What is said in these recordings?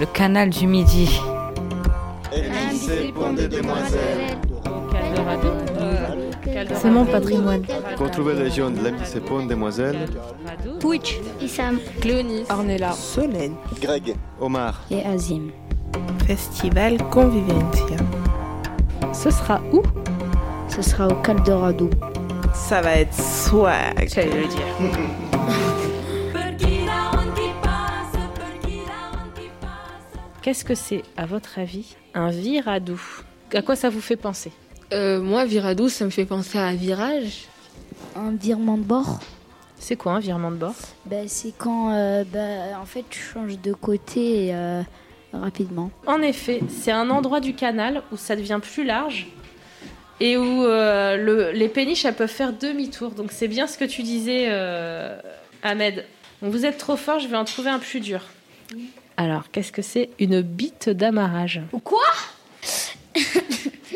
le canal du Midi. C'est mon patrimoine. Retrouvez les jeunes de l'Episcopon Demoiselle, Twitch, Issam, Cléonis, Ornella, Solène, Greg, Omar et Azim. Festival Convivencia. Ce sera où Ce sera au Caldorado. Ça va être swag. J'allais le dire. Qu'est-ce que c'est, à votre avis, un viradou À quoi ça vous fait penser Euh, moi, viradou, ça me fait penser à virage. Un virement de bord C'est quoi un virement de bord bah, C'est quand euh, bah, en fait, tu changes de côté euh, rapidement. En effet, c'est un endroit du canal où ça devient plus large et où euh, le, les péniches elles peuvent faire demi-tour. Donc c'est bien ce que tu disais, euh, Ahmed. Donc, vous êtes trop fort, je vais en trouver un plus dur. Alors, qu'est-ce que c'est une bite d'amarrage Quoi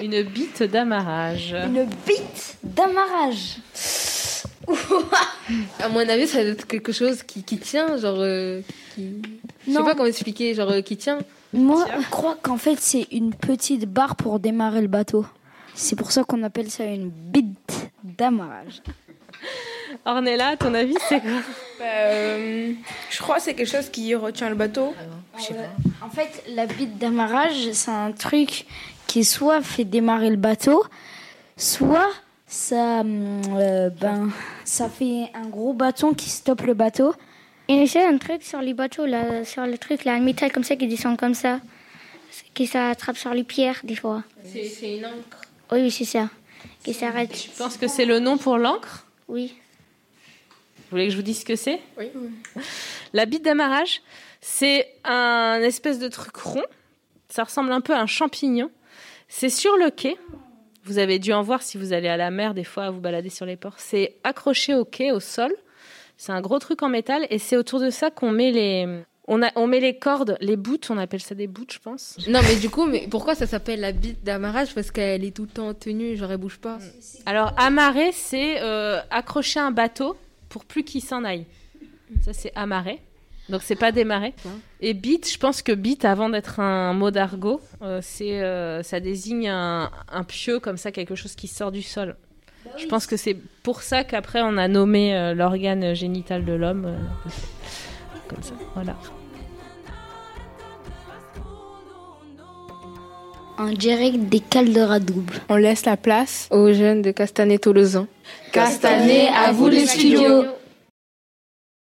Une bite d'amarrage. Une bite d'amarrage. À mon avis, ça doit être quelque chose qui, qui tient, genre. euh, qui... Je sais Non. pas comment expliquer, genre euh, qui tient. Moi, je crois qu'en fait, c'est une petite barre pour démarrer le bateau. C'est pour ça qu'on appelle ça une bite d'amarrage. Ornella, à ton avis, c'est quoi Bah, euh, je crois que c'est quelque chose qui retient le bateau. En fait, la bite d'amarrage, c'est un truc qui soit fait démarrer le bateau, soit ça, hum, euh, ben, ça fait un gros bâton qui stoppe le bateau. Et c'est un truc sur les bateaux, là, sur le truc, là, un métal comme ça qui descend comme ça, qui s'attrape sur les pierres des fois. C'est une encre. Oui, oui, c'est ça. Qui s'arrête. Je pense que c'est le nom pour l'encre. Oui. Vous voulez que je vous dise ce que c'est Oui. La bite d'amarrage, c'est un espèce de truc rond. Ça ressemble un peu à un champignon. C'est sur le quai. Vous avez dû en voir si vous allez à la mer des fois, à vous balader sur les ports. C'est accroché au quai, au sol. C'est un gros truc en métal et c'est autour de ça qu'on met les... On, a- on met les cordes, les bouts, on appelle ça des bouts, je pense. Non, mais du coup, mais pourquoi ça s'appelle la bite d'amarrage Parce qu'elle est tout le temps tenue, genre elle bouge pas. Alors, amarrer, c'est euh, accrocher un bateau pour plus qu'il s'en aille. Ça, c'est amarrer. Donc, c'est pas démarrer. Et bit, je pense que bit, avant d'être un mot d'argot, euh, c'est, euh, ça désigne un, un pieu, comme ça, quelque chose qui sort du sol. Je pense que c'est pour ça qu'après, on a nommé euh, l'organe génital de l'homme. euh, comme ça, voilà. En direct des calderas doubles. On laisse la place Aux jeunes de Castanet-Tolosan. Castanet, à vous les studios.